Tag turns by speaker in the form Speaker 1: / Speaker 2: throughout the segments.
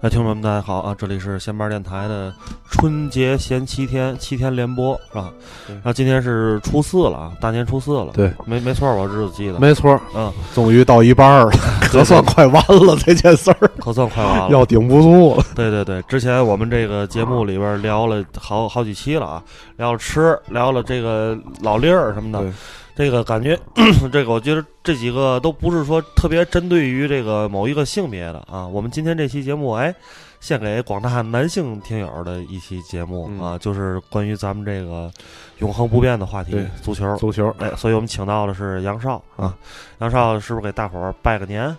Speaker 1: 哎，听众朋友们，大家好啊！这里是闲班电台的春节闲七天，七天连播啊
Speaker 2: 对。
Speaker 1: 那今天是初四了啊，大年初四了。
Speaker 2: 对，
Speaker 1: 没没错，我日子记得。
Speaker 2: 没错，
Speaker 1: 嗯，
Speaker 2: 终于到一半儿了，可算快完了这件事儿，
Speaker 1: 可算快完了。
Speaker 2: 要顶不住了。
Speaker 1: 对对对，之前我们这个节目里边聊了好好几期了啊，聊了吃，聊了这个老粒儿什么的
Speaker 2: 对。
Speaker 1: 这个感觉， 这个我觉得这几个都不是说特别针对于这个某一个性别的啊。我们今天这期节目，哎，献给广大男性听友的一期节目
Speaker 2: 嗯
Speaker 1: 啊，就是关于咱们这个永恒不变的话题
Speaker 2: 对
Speaker 1: ——足球。
Speaker 2: 足球，
Speaker 1: 哎，所以我们请到的是杨少
Speaker 3: 嗯
Speaker 1: 啊，杨少是不是给大伙儿拜个 年？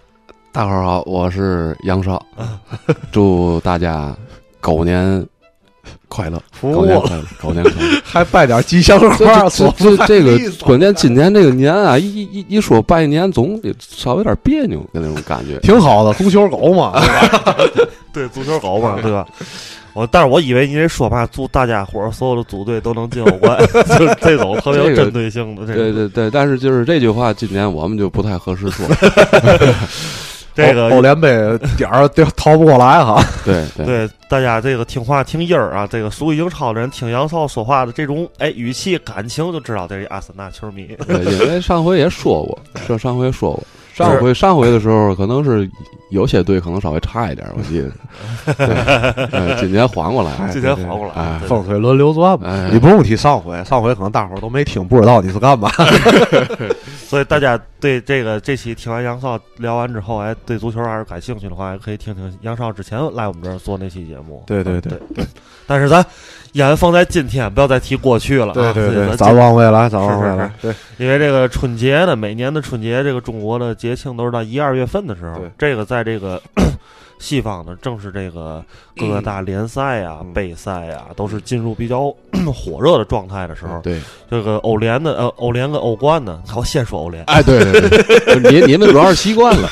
Speaker 3: 大伙儿好，我是杨少，祝大家狗年快乐，
Speaker 2: 服
Speaker 3: 狗
Speaker 2: 务
Speaker 3: 年
Speaker 2: 了，
Speaker 3: 快乐，哦狗年快 乐。
Speaker 2: 还拜点吉祥话，
Speaker 3: 这这这这个，关键今年这个年啊，一一一说拜年，总得稍微有点别扭的那种感觉。
Speaker 2: 挺好的，足球狗嘛，嗯
Speaker 1: 对，足球狗嘛，对吧？我，但是我以为你这说嘛，祝大家伙儿所有的组队都能进欧冠， 就是这种特别有
Speaker 3: 这个
Speaker 1: 针对性的这
Speaker 3: 对
Speaker 1: 个
Speaker 3: 对对，但是就是这句话，今年我们就不太合 适说。
Speaker 1: 这个
Speaker 2: 欧欧联杯点儿得逃不过来哈。
Speaker 3: 对对，
Speaker 1: 对大家这个听话听音儿啊，这个熟悉英超的人听杨少说话的这种哎语气感情，就知道这是阿森纳球迷。
Speaker 3: 对因为上回也说过，这上回说过，
Speaker 1: 是
Speaker 3: 上回上回的时候可能是有些队可能稍微差一点，我记得。对，呃 今年缓过来，
Speaker 1: 今天缓过来
Speaker 3: 哎，
Speaker 1: 对
Speaker 2: 风水轮流转嘛，
Speaker 3: 哎
Speaker 2: 你不用提上回，上回可能大伙儿都没听，不知道你是干嘛。
Speaker 1: 所以大家对这个这期听完杨少聊完之后，哎，对足球还是感兴趣的话，还哎可以听听杨少之前来我们这儿做那期节目。
Speaker 2: 对对
Speaker 1: 对，但是咱眼放在今天，不要再提过去了啊。
Speaker 2: 对对
Speaker 1: 所以
Speaker 2: 对，
Speaker 1: 咱
Speaker 2: 咱
Speaker 1: 今
Speaker 2: 往未来，咱
Speaker 1: 是
Speaker 2: 往
Speaker 1: 是
Speaker 2: 未
Speaker 1: 是
Speaker 2: 来，对，
Speaker 1: 因为这个春节呢，每年的春节，这个中国的节庆都是到一二月份的时候
Speaker 2: 对。
Speaker 1: 这个在这个 西方呢，正是这个各大联赛啊、
Speaker 2: 嗯
Speaker 1: 杯赛啊，都是进入比较 火热的状态的时候。
Speaker 3: 对。
Speaker 1: 这个欧联的呃，欧联跟欧冠
Speaker 2: 嗯
Speaker 1: 呢，好，先说欧联，
Speaker 2: 啊
Speaker 3: 哎，对对对，你你们主要是习惯 了，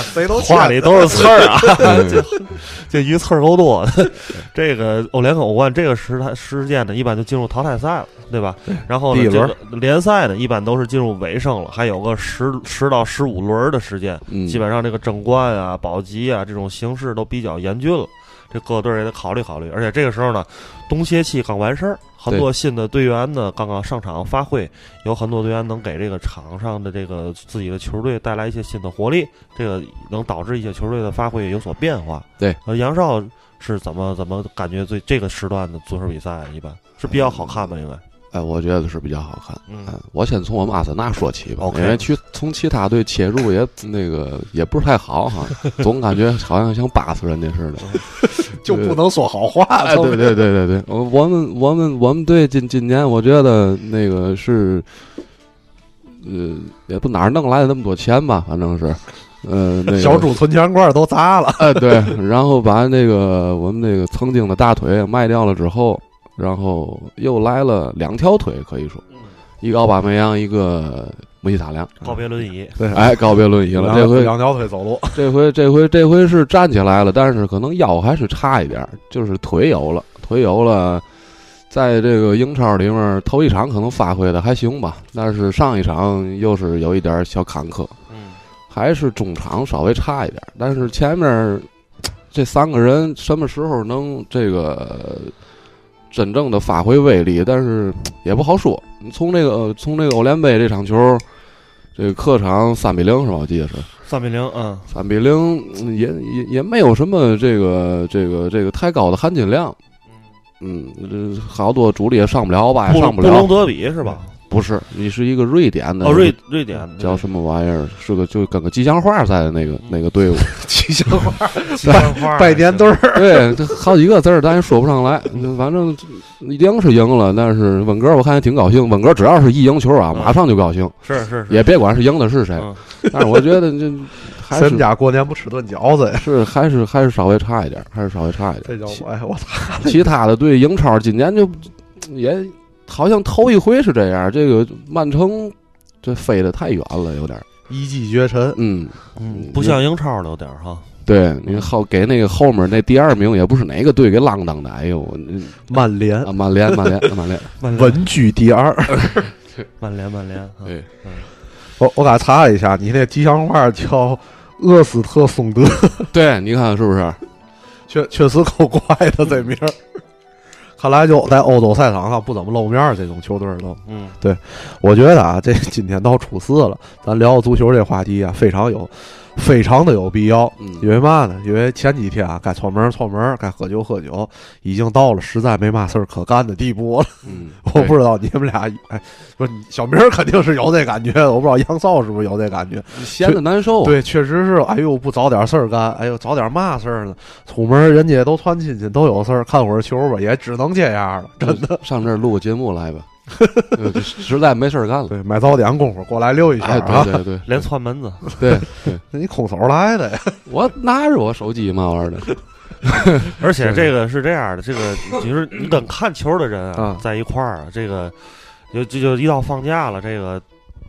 Speaker 2: 谁都
Speaker 1: 话里都是刺儿 啊，
Speaker 3: 嗯
Speaker 1: 这这鱼刺儿够多。这个欧联跟欧冠这个时态时间呢，一般就进入淘汰赛了，对吧？然后呢，
Speaker 2: 第一
Speaker 1: 这
Speaker 2: 轮
Speaker 1: 个联赛呢，一般都是进入尾声了，还有个十十到十五轮儿的时间，
Speaker 3: 嗯，
Speaker 1: 基本上这个争冠啊、保级啊这种形势都比较严峻了。这各队儿也得考虑考虑，而且这个时候呢，冬歇期刚完事儿，很多新的队员呢刚刚上场发挥，有很多队员能给这个场上的这个自己的球队带来一些新的活力，这个能导致一些球队的发挥有所变化。
Speaker 3: 对，
Speaker 1: 呃，杨少是怎么怎么感觉最这个时段的足球比赛一般是比较好看吧？应该，
Speaker 3: 哎，我觉得是比较好看。
Speaker 1: 嗯
Speaker 3: 嗯，我先从我们阿森纳说起吧
Speaker 1: OK
Speaker 3: 因为去从其他队切入也嗯那个也不是太好 哈，总感觉好像想扒死人家似的。
Speaker 2: 就不能说好话，
Speaker 3: 哎，对对对对对，我我们我们我们队今今年我觉得那个是，呃，也不哪儿弄来的那么多钱吧，反正是，呃，那个
Speaker 2: 小猪存钱罐都砸了，
Speaker 3: 哎，对，然后把那个我们那个曾经的大腿卖掉了之后，然后又来了两条腿，可以说一个奥巴梅扬，一个穆希塔良。
Speaker 1: 告别轮椅，
Speaker 2: 对，
Speaker 3: 哎，告别轮椅了，这回
Speaker 2: 两条腿走路，
Speaker 3: 这回这回这回是站起来了，但是可能腰还是差一点儿，就是腿有了，腿有了，在这个英超里面头一场可能发挥的还行吧，但是上一场又是有一点儿小坎坷。
Speaker 1: 嗯，
Speaker 3: 还是中场稍微差一点儿，但是前面儿这三个人什么时候能这个真正的发挥威力，但是也不好说。你从这个呃从这个欧联杯这场球，这个客场三比零是吧？我记得是
Speaker 1: 三比零，嗯，
Speaker 3: 三比零，也也也没有什么这个这个这个太高的含金量。嗯，这好多主力也上不了吧，也
Speaker 1: 布
Speaker 3: 哎上
Speaker 1: 隆
Speaker 3: 不
Speaker 1: 布隆
Speaker 3: 了。
Speaker 1: 德比是吧？
Speaker 3: 不是，你是一个瑞典的
Speaker 1: 哦，瑞瑞典的嗯
Speaker 3: 叫什么玩意儿？是个就跟个吉祥话在的那个那个队伍。
Speaker 2: 吉祥话，
Speaker 1: 拜
Speaker 2: 拜年堆
Speaker 1: 儿，
Speaker 2: 儿，
Speaker 3: 对，这好几个字儿咱也说不上来，反正赢是赢了，但是温格我看也挺高兴。温格只要是一赢球啊，
Speaker 1: 嗯
Speaker 3: 马上就高兴，
Speaker 1: 是是是，
Speaker 3: 也别管是赢的是谁。
Speaker 1: 嗯
Speaker 3: 但是我觉得这还
Speaker 2: 谁们
Speaker 3: 是
Speaker 2: 家过年不吃顿饺 子呀？
Speaker 3: 是还是还是稍微差一点，还是稍微差一
Speaker 2: 这
Speaker 3: 点。
Speaker 2: 叫
Speaker 3: 其
Speaker 2: 哎，我操！
Speaker 3: 其他的队英超今年就也好像头一回是这样，这个曼城这飞得太远了，有点儿。
Speaker 2: 一骑绝尘，
Speaker 3: 嗯，
Speaker 1: 嗯，不像英超有点儿哈，
Speaker 3: 对你后给那个后面那第二名也不是哪个队给浪荡的，哎呦，我
Speaker 2: 曼联
Speaker 3: 啊曼联曼联曼联，
Speaker 1: 曼联
Speaker 2: 稳居第二。
Speaker 1: 曼联曼联，嗯
Speaker 3: 对。
Speaker 2: 我我刚才查了一下，你那吉祥话叫厄斯特松德，
Speaker 3: 对，你看是不是？
Speaker 2: 确确实够怪的这名儿。看来就在欧洲赛场上不怎么露面儿，这种球队儿都。
Speaker 1: 嗯，
Speaker 2: 我觉得啊，这今天到初四了，咱聊足球这话题啊，非常有，非常的有必要。因
Speaker 3: 嗯，
Speaker 2: 为嘛呢？因为前几天啊，该串门儿串门儿，该喝酒喝酒，已经到了实在没嘛事儿可干的地步了。
Speaker 3: 嗯
Speaker 2: 我不知道你们俩，哎，说你小明儿肯定是有这感觉，我不知道杨少是不是有这感觉。
Speaker 3: 对闲的难受。，啊嗯
Speaker 2: 对，确实是，哎呦，不找点事儿干，哎呦，找点嘛事儿呢？出门儿人家都串亲戚，都有事儿，看会儿球吧，也只能这样了，真的。
Speaker 3: 的上这儿录个节目 来吧，呃实在没事儿干了。
Speaker 2: 对，买早点功夫过来溜一圈
Speaker 3: 哎，
Speaker 2: 儿啊！
Speaker 3: 对对对
Speaker 1: 连串门子，
Speaker 3: 对，
Speaker 2: 那你空手来的呀？
Speaker 3: 我拿着我手机嘛玩意儿的，
Speaker 1: 而且这个是这样的，这个就是你跟看球的人
Speaker 2: 啊
Speaker 1: 在一块儿啊，这个就就就一到放假了，这个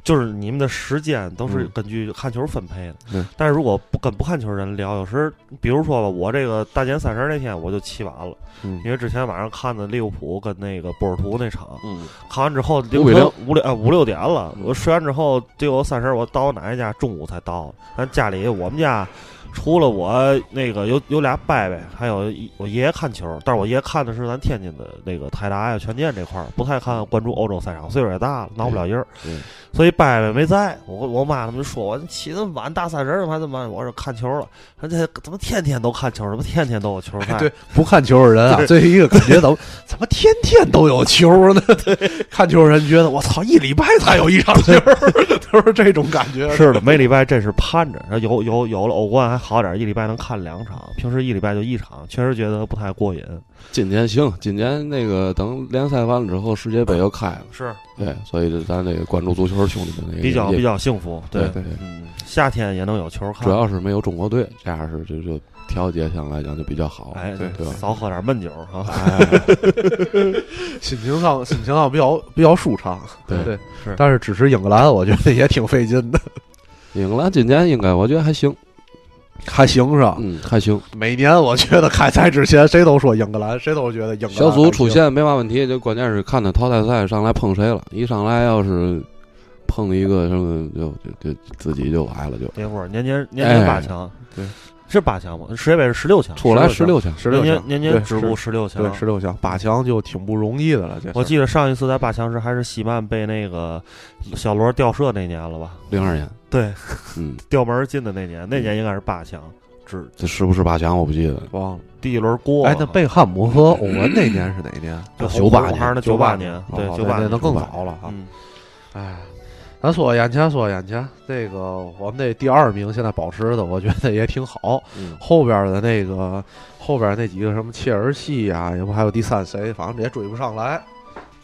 Speaker 1: 就是你们的时间都是
Speaker 3: 嗯
Speaker 1: 根据看球分配的。
Speaker 3: 嗯
Speaker 1: 但是如果不跟不看球的人聊，有时比如说吧，我这个大年三十那天我就起晚了，
Speaker 2: 嗯
Speaker 1: 因为之前晚上看的利物浦跟那个波尔图那场，
Speaker 3: 嗯，
Speaker 1: 看完之后凌
Speaker 3: 五比
Speaker 1: 晨
Speaker 3: 六
Speaker 1: 五六哎五六点了，
Speaker 3: 嗯
Speaker 1: 我睡完之后得有三十，我到我奶奶家中午才到。咱家里我们家除了我那个有有俩伯伯，还有一我爷爷看球，但是我爷爷看的是咱天津的那个泰达呀、权健这块儿，不太看关注欧洲赛场，岁数也大了，闹
Speaker 3: 嗯
Speaker 1: 不了音儿
Speaker 3: 对对，
Speaker 1: 所以伯伯没在。我我妈他们就说我你起那么晚，大三十儿怎么还这么晚？我说看球了，他这怎么天天都看球，怎么天天都有 球赛？
Speaker 2: 对，不看球的人啊，这是一个感觉怎么 怎么天天都有球呢？看球的人觉得我操，一礼拜才有一场球， 都是这种感 觉。
Speaker 1: 是的，每礼拜真是盼着，然后有有有了欧冠还好点，一礼拜能看两场，平时一礼拜就一场，确实觉得不太过瘾。
Speaker 3: 今年行，今年那个等联赛完了之后，世界杯又开了，
Speaker 1: 是
Speaker 3: 对，所以就咱这个关注足球兄弟们那个
Speaker 1: 比较
Speaker 3: 也
Speaker 1: 比较幸福，
Speaker 3: 对
Speaker 1: 对，嗯，夏天也能有球看，
Speaker 3: 主要是没有中国队，这样是就就调节上来讲就比较好，
Speaker 1: 哎，
Speaker 3: 对哎吧？
Speaker 1: 少喝点闷酒啊，
Speaker 2: 心情上心情上比较比较舒畅，
Speaker 3: 对
Speaker 2: 对
Speaker 1: 是
Speaker 2: 但是嗯支持英格兰，我觉得也挺费劲的。
Speaker 3: 英格兰今年应该我觉得还行，
Speaker 2: 还行是吧？
Speaker 3: 嗯，还行，
Speaker 2: 每年我觉得开赛之前，谁都说英格兰，谁都觉得英格兰
Speaker 3: 小
Speaker 2: 还
Speaker 3: 组
Speaker 2: 行
Speaker 3: 出现没嘛问题，就关键是看他淘汰赛上来碰谁了，一上来要是碰一个什么就就就自己就完了，就
Speaker 1: 别波年年年年
Speaker 3: 哎
Speaker 1: 八强，
Speaker 3: 对，
Speaker 1: 是八强吗？世界杯是十六强，
Speaker 3: 出来十
Speaker 2: 16
Speaker 3: 六强，
Speaker 2: 十六
Speaker 1: 年
Speaker 2: 强，
Speaker 1: 年年
Speaker 2: 对
Speaker 1: 年止步十六强
Speaker 2: 对，十六强八强就挺不容易的了。这
Speaker 1: 我
Speaker 2: 记
Speaker 1: 记得上一次在八强时还是西曼被那个小罗吊射那年了吧？
Speaker 3: 零二年，
Speaker 1: 对，
Speaker 3: 嗯，
Speaker 1: 吊门进的那年，那年应该是八强，只
Speaker 3: 这是不是八强我不记得了，
Speaker 2: 忘了。
Speaker 1: 第一轮过了。
Speaker 2: 哎，那贝克汉姆和欧文那年是哪年？
Speaker 1: 就
Speaker 3: 九八
Speaker 1: 红孩儿
Speaker 3: 年，
Speaker 1: 的
Speaker 2: 九
Speaker 1: 八
Speaker 2: 八
Speaker 1: 年
Speaker 2: 年，
Speaker 1: 对，
Speaker 3: 哦
Speaker 1: 九八
Speaker 2: 那
Speaker 1: 年
Speaker 2: 那更
Speaker 3: 98
Speaker 2: 早了啊！
Speaker 1: 嗯，
Speaker 2: 哎，咱说眼前，说眼前，这个我们这第二名现在保持的，我觉得也挺好。
Speaker 3: 嗯
Speaker 2: 后边的那个，后边那几个什么切尔西呀、也不还有第三谁，反正也追不上来。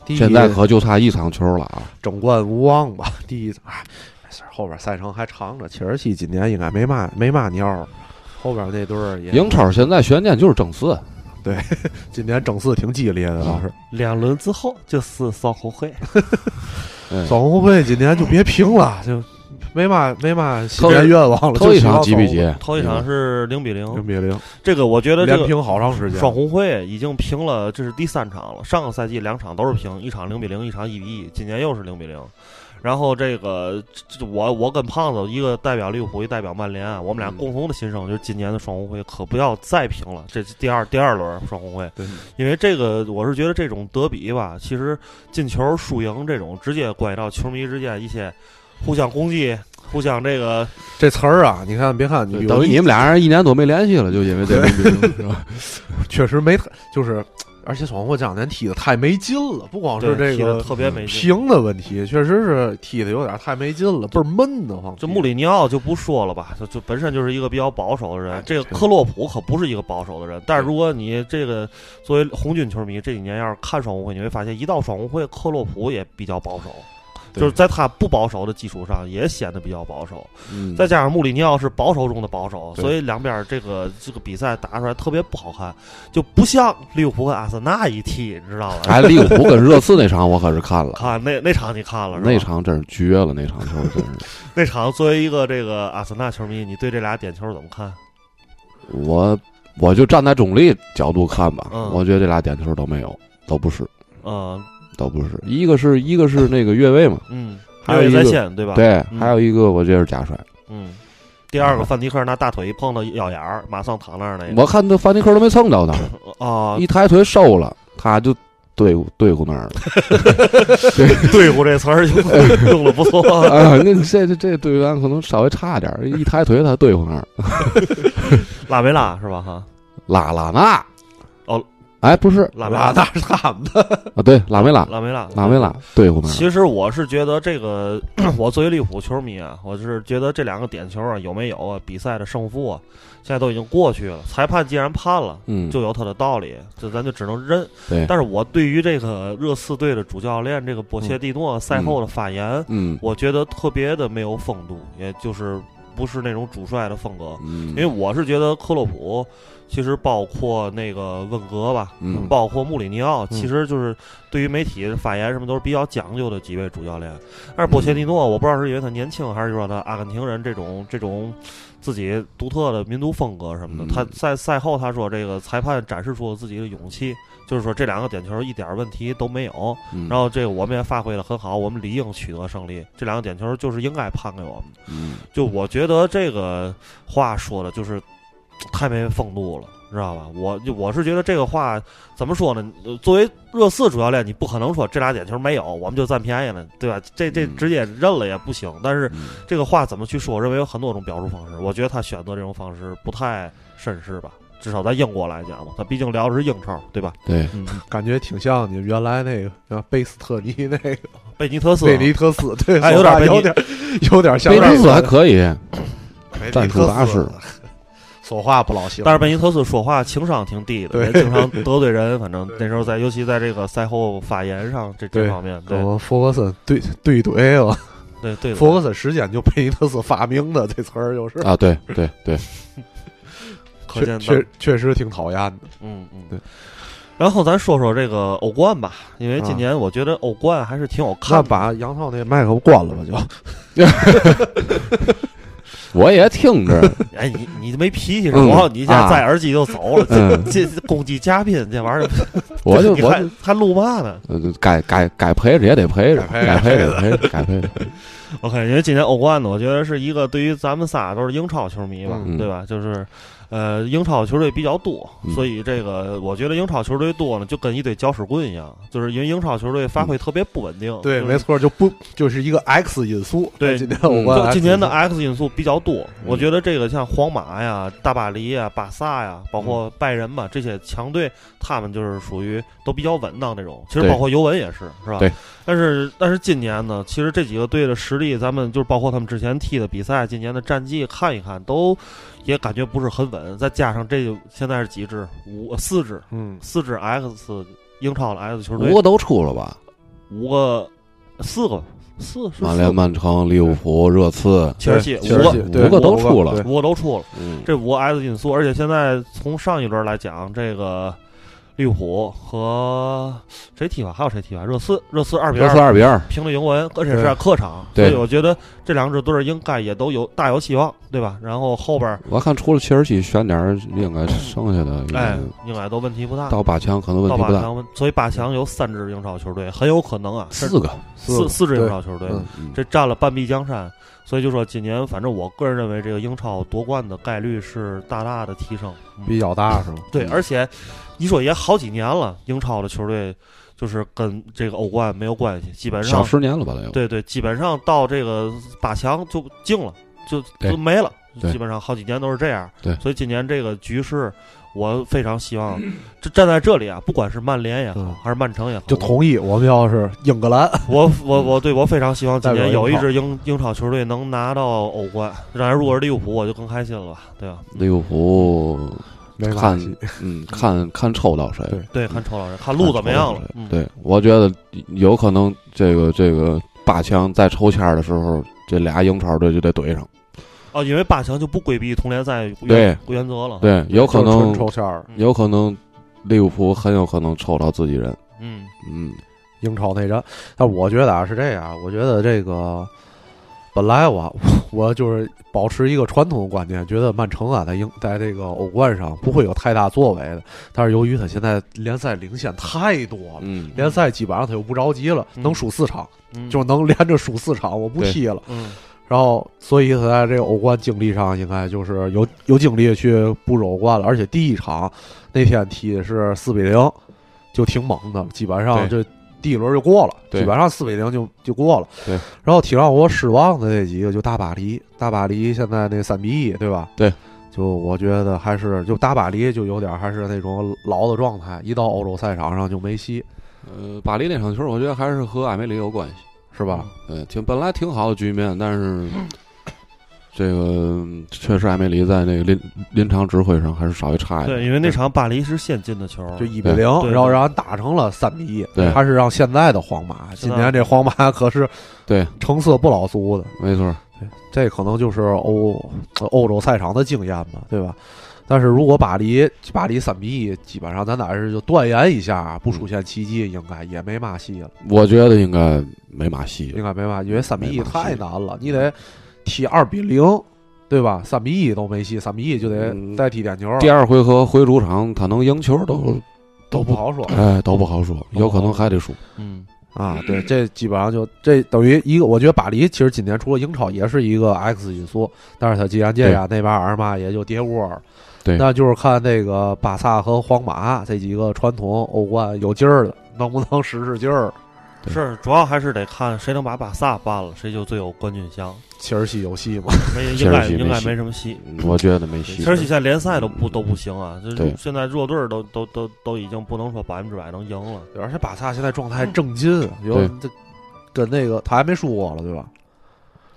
Speaker 2: 第一
Speaker 3: 现在可就差一场球了啊，
Speaker 2: 争冠无望吧，第一，哎，没事儿，后边赛程还长着。切尔西今年应该没嘛没嘛鸟儿，后边那队儿也
Speaker 3: 英超现在悬念就是啊争四，
Speaker 2: 今年争四挺激烈的，倒是。
Speaker 1: 两轮之后就是双红会，
Speaker 3: 哎
Speaker 2: 双红会今年就别平了，就没嘛没嘛新年愿望了，
Speaker 3: 头
Speaker 2: 就
Speaker 3: 一
Speaker 2: 希
Speaker 3: 场
Speaker 2: 望
Speaker 3: 几比几？
Speaker 1: 头一场是零比
Speaker 2: 双红
Speaker 1: 零，
Speaker 2: 会？零比零，
Speaker 1: 这个我觉得这
Speaker 2: 连
Speaker 1: 个
Speaker 2: 平好长时间。
Speaker 1: 双红会已经平了，这是第三场了。上个赛季两场都是平，一场零比零，一场一比一，今年又是零比零。然后这个这我我跟胖子一个代表利物浦，一个代表曼联啊，我们俩
Speaker 3: 嗯
Speaker 1: 共同的心声就是今年的双红会可不要再平了，这是第二第二轮双红会
Speaker 2: 对，
Speaker 1: 因为这个我是觉得这种德比吧，其实进球输赢这种直接关系到球迷之间一些互相攻击、互相这个
Speaker 2: 这词儿啊，你看别看你
Speaker 3: 等于你们俩人一年多没联系了，就因为这个病毒 是吧？
Speaker 2: 确实没就是，而且双红会这两年踢的太没劲了，不光
Speaker 1: 对
Speaker 2: 是这
Speaker 1: 踢得
Speaker 2: 个嗯
Speaker 1: 特别没劲。
Speaker 2: 平的问题，确实是踢的有点太没劲了，倍儿闷得慌。
Speaker 1: 这穆里尼奥就不说了吧，就就本身就是一个比较保守的人。这个克洛普可不是一个保守的人，但是如果你这个作为红军球迷，这几年要是看双红会，你会发现一到双红会，克洛普也比较保守，
Speaker 2: 对
Speaker 1: 就是在他不保守的基础上也显得比较保守。
Speaker 3: 嗯
Speaker 1: 再加上穆里尼奥是保守中的保守，
Speaker 3: 对
Speaker 1: 所以两边儿这个这个比赛打出来特别不好看，就不像利物浦跟阿森纳一踢，你知道吧？
Speaker 3: 哎，利物浦跟热刺那场我可是看了，
Speaker 1: 看那那场你看了是吧？
Speaker 3: 那场真是绝了，那场球真是。
Speaker 1: 那场作为一个这个阿森纳球迷，你对这俩点球怎么看？
Speaker 3: 我我就站在中立角度看吧，
Speaker 1: 嗯
Speaker 3: 我觉得这俩点球都没有，都不是，
Speaker 1: 嗯
Speaker 3: 都不是。一个是一个是那个越位嘛，
Speaker 1: 嗯，
Speaker 3: 还有
Speaker 1: 越位
Speaker 3: 一
Speaker 1: 在
Speaker 3: 个
Speaker 1: 线对吧？
Speaker 3: 对，
Speaker 1: 嗯
Speaker 3: 还有一个我觉得是假摔，
Speaker 1: 嗯，第二个范迪克拿大腿一碰到咬牙儿，马上躺那儿那个
Speaker 3: 我看他范迪克都没蹭着呢，
Speaker 1: 啊，
Speaker 3: 一抬腿瘦了，他就对付对付那儿了。
Speaker 1: 对付这词儿 用用的不错，
Speaker 3: 啊，那这这这队员可能稍微差点儿，一抬腿他对付那儿
Speaker 1: 拉梅拉是吧？哈，
Speaker 3: 拉拉纳。
Speaker 1: 哦，
Speaker 3: 哎，不是
Speaker 1: 拉梅
Speaker 2: 那
Speaker 1: 拉，
Speaker 2: 那是他们的，
Speaker 3: 啊，对，拉梅拉，
Speaker 1: 拉梅拉，
Speaker 3: 拉梅拉对付那儿了。
Speaker 1: 其实我是觉得这个，我作为利物浦球迷啊，我是觉得这两个点球啊有没有啊，比赛的胜负啊，现在都已经过去了。裁判既然判了，
Speaker 3: 嗯，
Speaker 1: 就有他的道理，这咱就只能认。
Speaker 3: 对
Speaker 1: 但是我对于这个热刺队的主教练这个波切蒂诺赛后的发言，
Speaker 3: 嗯
Speaker 1: 我觉得特别的没有风度，也就是不是那种主帅的风格。
Speaker 3: 嗯，
Speaker 1: 因为我是觉得克洛普，其实包括那个温格吧，
Speaker 3: 嗯
Speaker 1: 包括穆里尼奥，
Speaker 2: 嗯
Speaker 1: 其实就是对于媒体的发言什么都是比较讲究的几位主教练。但是波切蒂诺，我不知道是因为他年轻，还是说他阿根廷人这种这种自己独特的民族风格什么的。
Speaker 3: 嗯
Speaker 1: 他在赛后他说，这个裁判展示出了自己的勇气，就是说这两个点球一点问题都没有。
Speaker 3: 嗯
Speaker 1: 然后这个我们也发挥的很好，我们理应取得胜利。这两个点球就是应该判给我们的。
Speaker 3: 嗯
Speaker 1: 就我觉得这个话说的就是太没风度了，知道吧？我就我是觉得这个话怎么说呢？呃作为热刺主教练，你不可能说这俩点球没有，我们就占便宜了，对吧？这这
Speaker 3: 嗯
Speaker 1: 直接认了也不行。但是
Speaker 3: 嗯
Speaker 1: 这个话怎么去说，我认为有很多种表述方式。我觉得他选择这种方式不太绅士吧，至少在英国来讲嘛，他毕竟聊的是英超，对吧？
Speaker 3: 对，
Speaker 2: 感觉挺像你们原来那个叫贝斯特尼那个
Speaker 1: 贝尼特斯
Speaker 2: 贝尼特斯，对，
Speaker 1: 啊哎有点贝尼
Speaker 2: 有点有点像
Speaker 3: 贝尼斯还可以，
Speaker 2: 贝尼特斯
Speaker 3: 战术大师，
Speaker 2: 说话不老行，
Speaker 1: 但是贝尼特斯说话情商挺低的，
Speaker 2: 对
Speaker 1: 也经常得罪人。反正
Speaker 2: 对
Speaker 1: 那时候在，尤其在这个赛后发言上这这
Speaker 2: 对
Speaker 1: 方面，对
Speaker 2: 我们弗格森对对怼了，
Speaker 1: 对对，
Speaker 2: 弗格森时间就贝尼特斯发明的这词儿，就是
Speaker 3: 啊，对对对，
Speaker 1: 可
Speaker 2: 确
Speaker 1: 见的
Speaker 2: 确，确实挺讨厌的，
Speaker 1: 嗯嗯
Speaker 2: 对。
Speaker 1: 然后咱说说这个欧冠吧，因为今
Speaker 2: 啊
Speaker 1: 年我觉得欧冠还是挺有看哦
Speaker 2: 那
Speaker 1: 的。
Speaker 2: 把杨涛那麦克关了吧，就
Speaker 3: 我也听着，
Speaker 1: 哎，你你没脾气是
Speaker 3: 嗯
Speaker 1: 吧？你家
Speaker 3: 啊
Speaker 1: 摘耳机就走了，
Speaker 3: 嗯
Speaker 1: 这这攻击嘉宾这玩意儿，
Speaker 3: 我 就
Speaker 1: 你
Speaker 3: 我
Speaker 1: 还还录嘛呢
Speaker 3: 呃该该该赔着也得赔着，
Speaker 2: 该
Speaker 3: 该
Speaker 2: 赔
Speaker 3: 赔着赔着该赔着，
Speaker 1: ？OK，因为今年欧冠呢，我觉得是一个对于咱们仨都是英超球迷嘛，
Speaker 3: 嗯
Speaker 1: 对吧？就是。呃，英超球队比较多，
Speaker 3: 嗯
Speaker 1: 所以这个我觉得英超球队多呢，就跟一堆搅屎棍一样，就是因为英超球队发挥特别不稳定。
Speaker 2: 对，
Speaker 1: 就是
Speaker 2: 没错，就不就是一个 X 因素，
Speaker 1: 对嗯
Speaker 2: 今天我
Speaker 1: 就
Speaker 2: 关
Speaker 1: 今年的
Speaker 2: X
Speaker 1: X 因素比较多，我觉得这个像皇马呀、大巴黎呀、巴萨呀，包括拜仁吧，这些强队，他们就是属于都比较稳当这种。其实
Speaker 3: 对
Speaker 1: 包括尤文也是，是吧？
Speaker 3: 对。
Speaker 1: 但是但是今年呢，其实这几个队的实力，咱们就是包括他们之前踢的比赛，今年的战绩看一看，都也感觉不是很稳。再加上这现在是几支五四支
Speaker 2: 嗯，
Speaker 1: 四支 X 英超的 X 球队
Speaker 3: 五，个都出了吧？
Speaker 1: 五个四个四是
Speaker 3: 曼
Speaker 1: 四
Speaker 3: 联、
Speaker 1: 个
Speaker 3: 曼城、利物浦、热刺，
Speaker 1: 切尔西
Speaker 2: 对切尔
Speaker 1: 五
Speaker 2: 西
Speaker 1: 个
Speaker 2: 对
Speaker 1: 五个
Speaker 3: 都
Speaker 2: 五
Speaker 3: 出了
Speaker 2: 对
Speaker 1: 五个都出了。
Speaker 3: 嗯，
Speaker 1: 这五个 S 因素，而且现在从上一轮来讲，这个利物浦和谁踢吧，还有谁踢吧，热刺，热刺二比
Speaker 3: 热刺
Speaker 1: 二
Speaker 3: 二比二，
Speaker 1: 平了尤文，而且是
Speaker 2: 对
Speaker 1: 在客场，所
Speaker 3: 对
Speaker 1: 以我觉得这两支队儿应该也都有大有希望，对吧？然后后边儿
Speaker 3: 我看除了切尔西选点儿，应该剩下的应该
Speaker 1: 哎，应该都问题不
Speaker 2: 啊
Speaker 1: 大。
Speaker 3: 到八强可能嗯问
Speaker 1: 到
Speaker 3: 题
Speaker 1: 八
Speaker 3: 不大，
Speaker 1: 强，所以八强有三支英超球队，很有可能啊，甚至
Speaker 3: 四个，
Speaker 1: 四四支英超球队，
Speaker 2: 嗯
Speaker 3: 嗯
Speaker 1: 这占了半壁江山。所以就说今年，反正我个人认为，这个英超夺冠的概率是大大的提升。嗯
Speaker 2: 比较大是吗？
Speaker 1: 对，
Speaker 3: 嗯
Speaker 1: 而且你说也好几年了，英超的球队就是跟这个欧冠没有关系，基本
Speaker 3: 小
Speaker 1: 上
Speaker 3: 十年了吧？得有，
Speaker 1: 对对，基本上到这个八强就净了，就
Speaker 3: 对
Speaker 1: 就没了，
Speaker 3: 对
Speaker 1: 基本上好几年都是这样。
Speaker 3: 对
Speaker 1: 所以今年这个局势，我非常希望这站在这里啊，不管是曼联也好，
Speaker 2: 嗯
Speaker 1: 还是曼城也好，
Speaker 2: 就同意我们要是英格兰，
Speaker 1: 我我我对我非常希望今年
Speaker 2: 代表
Speaker 1: 有
Speaker 2: 英
Speaker 1: 一
Speaker 2: 超
Speaker 1: 支英英超球队能拿到欧冠，当然如果是利物浦，我就更开心了吧，对吧？
Speaker 3: 利物浦，
Speaker 2: 没
Speaker 3: 看
Speaker 2: 关系，
Speaker 3: 嗯，看看抽到谁，
Speaker 2: 对
Speaker 1: 对，看臭老师，看路怎么样了
Speaker 3: 看抽到谁。
Speaker 1: 嗯，
Speaker 3: 对，我觉得有可能这个这个八强在抽签儿的时候，这俩英超队就得怼上。
Speaker 1: 哦，因为八强就不规避同联赛原
Speaker 3: 对
Speaker 1: 原则了。，
Speaker 3: 对，有可
Speaker 2: 嗯就是纯
Speaker 3: 能，
Speaker 2: 抽签儿，
Speaker 1: 嗯
Speaker 3: 有可能，利物浦很有可能抽到自己人。
Speaker 1: 嗯，
Speaker 3: 嗯，
Speaker 2: 英超内战。但我觉得啊是这样，我觉得这个本来我我就是保持一个传统观念，觉得曼城啊在英在这个欧冠上不会有太大作为的。但是由于他现在联赛领先太多了。
Speaker 3: 嗯，
Speaker 2: 联赛基本上他又不着急了，
Speaker 1: 嗯
Speaker 2: 能输四场，
Speaker 1: 嗯
Speaker 2: 就能连着输四场，我不踢了。
Speaker 1: 嗯，
Speaker 2: 然后，所以他在这个欧冠经历上，应该就是有有精力去布置欧冠了。而且第一场那天踢的是四比零，就挺猛的，基本上这第一轮就过了，
Speaker 3: 对
Speaker 2: 基本上四比零就就过了。
Speaker 3: 对，
Speaker 2: 然后挺让我失望的那几个，就大巴黎，大巴黎现在那三比一，对吧？
Speaker 3: 对，
Speaker 2: 就我觉得还是就大巴黎就有点还是那种老的状态，一到欧洲赛场上就没戏，
Speaker 3: 呃，巴黎那场球，我觉得还是和艾梅里有关系。
Speaker 2: 是吧？
Speaker 3: 对，挺本来挺好的局面，但是这个嗯确实艾梅里在那个临临场指挥上还是稍微差一点。
Speaker 1: 对，因为那场巴黎是先进的球，
Speaker 2: 就一比
Speaker 3: 嗯对
Speaker 2: 零，
Speaker 1: 对
Speaker 2: 然后让人打成了三比一，
Speaker 3: 对
Speaker 2: 还是让现在的皇马，今年这皇马可是
Speaker 3: 对
Speaker 2: 成色不老足的，
Speaker 3: 没错，
Speaker 2: 这可能就是欧欧洲赛场的经验吧，对吧？但是如果巴黎巴黎三比一，基本上咱俩是就断言一下，不出现奇迹，应该也没嘛戏了，
Speaker 3: 我觉得应该没马戏
Speaker 2: 应。该没嘛，因为三比一
Speaker 3: 没嘛戏嗯
Speaker 2: 太难了，你得踢二比零，对吧？三比一都没戏，三比一就得
Speaker 3: 嗯
Speaker 2: 再踢点球了，
Speaker 3: 第二回合回主场，他能赢球都
Speaker 2: 都
Speaker 3: 都
Speaker 2: 不
Speaker 3: 不
Speaker 2: 好说。
Speaker 3: 哎都不好说，有可能还得输。
Speaker 1: 嗯，
Speaker 2: 啊，对，这基本上就这等于一个，我觉得巴黎其实今年除了英超也是一个 X 因素，但是他既然这样，内马尔嘛也就跌窝了。
Speaker 3: 对
Speaker 2: 那就是看这个巴萨和皇马这几个传统欧冠有劲儿的，能不能使使劲儿？
Speaker 3: 对
Speaker 1: 是主要还是得看谁能把巴萨办了，谁就最有冠军 相。
Speaker 2: 切尔西有戏吗？
Speaker 1: 没
Speaker 3: 切
Speaker 1: 应
Speaker 3: 尔
Speaker 1: 该
Speaker 3: 西
Speaker 1: 应该
Speaker 3: 没戏
Speaker 1: 没什么戏。
Speaker 3: 嗯我觉得没戏嗯
Speaker 1: 切。尔西现在联赛都不都不行啊，就是
Speaker 3: 对
Speaker 1: 现在弱队儿都都都都已经不能说百分之百能赢了。
Speaker 2: 对而且巴萨现在状态正劲，啊有
Speaker 3: 对
Speaker 2: 这跟那个他还没输过了，对吧？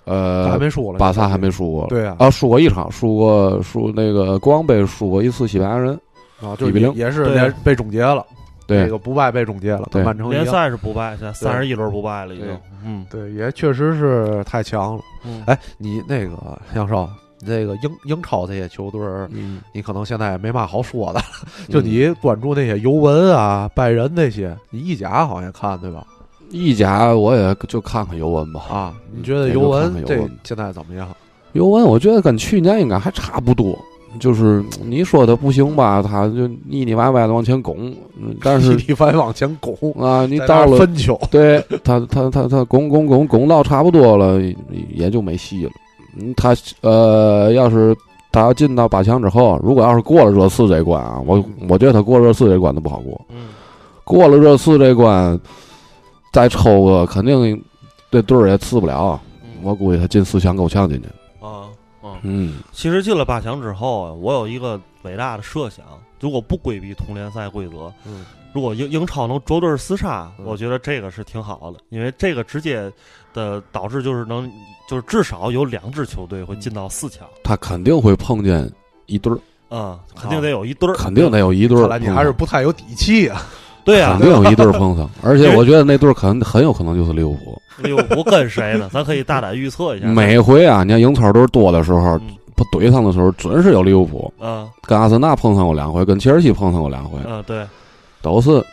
Speaker 2: 他还
Speaker 3: 呃，
Speaker 2: 没输过了，
Speaker 3: 巴萨还没输过了。
Speaker 2: 对啊
Speaker 3: 啊，输过一场，输过输那个国王杯输过一次西班牙人，
Speaker 2: 啊，就
Speaker 3: 1比0
Speaker 2: 也是
Speaker 1: 对
Speaker 2: 连被终结了，
Speaker 3: 对
Speaker 2: 这个不败被终结了，跟
Speaker 3: 对
Speaker 2: 曼城一
Speaker 1: 联
Speaker 2: 样。
Speaker 1: 赛是不败，现在三十一轮不败了已
Speaker 3: 对
Speaker 1: 经。嗯
Speaker 2: 对，也确实是太强了。
Speaker 1: 嗯，
Speaker 2: 哎，你那个杨少，你这个英英超这些球队儿，
Speaker 3: 嗯，
Speaker 2: 你可能现在也没嘛好说的。就你关注那些尤文啊、拜仁那些，你意甲好像看对吧？
Speaker 3: 意甲，我也就看看尤文吧。
Speaker 2: 啊，你
Speaker 3: 嗯
Speaker 2: 觉得
Speaker 3: 也
Speaker 2: 尤
Speaker 3: 就
Speaker 2: 文
Speaker 3: 看看尤
Speaker 2: 这
Speaker 3: 文
Speaker 2: 现在怎么样？
Speaker 3: 尤文，我觉得跟去年应该还差不多，就是你说他不行吧，他就腻腻歪歪的往前拱，嗯 但是
Speaker 2: 你反往前拱，
Speaker 3: 啊，你
Speaker 2: 在那
Speaker 3: 到
Speaker 2: 儿
Speaker 3: 了
Speaker 2: 分球，
Speaker 3: 对他他他他拱拱拱拱到差不多了，也也就没戏了。嗯，他呃，要是他要进到八强之后，如果要是过了热刺这关啊，我
Speaker 2: 嗯
Speaker 3: 我觉得他过热刺这关都不好过。
Speaker 1: 嗯，
Speaker 3: 过了热刺这关，再抽个肯定这队儿也次不了。啊
Speaker 1: 嗯
Speaker 3: 我估计他进四强够呛进去。
Speaker 1: 啊啊，
Speaker 3: 嗯，
Speaker 1: 其实进了八强之后啊，我有一个伟大的设想：如果不规避同联赛规则，
Speaker 2: 嗯，
Speaker 1: 如果英英超能捉对儿厮杀，
Speaker 2: 嗯
Speaker 1: 我觉得这个是挺好的，因为这个直接的导致就是能，就是至少有两支球队会进到四强，
Speaker 3: 他肯定会碰见一对儿，
Speaker 1: 嗯，肯定得有一对儿，
Speaker 3: 肯定得有一对儿
Speaker 2: 看
Speaker 3: 碰
Speaker 2: 来
Speaker 3: 上。
Speaker 2: 你还是不太有底气啊。
Speaker 1: 对呀、
Speaker 3: 肯定有一对儿 碰上，而且我觉得那对儿很很有可能就是利物浦。
Speaker 1: 利物浦跟谁呢？咱可以大胆预测一下，
Speaker 3: 每回啊，你看英超队多的时候
Speaker 1: 嗯，
Speaker 3: 不怼上的时候，准是有利物浦。
Speaker 1: 嗯
Speaker 3: 跟阿森纳碰上过两回，跟切尔西碰上过两回，
Speaker 1: 嗯，对，
Speaker 3: 都是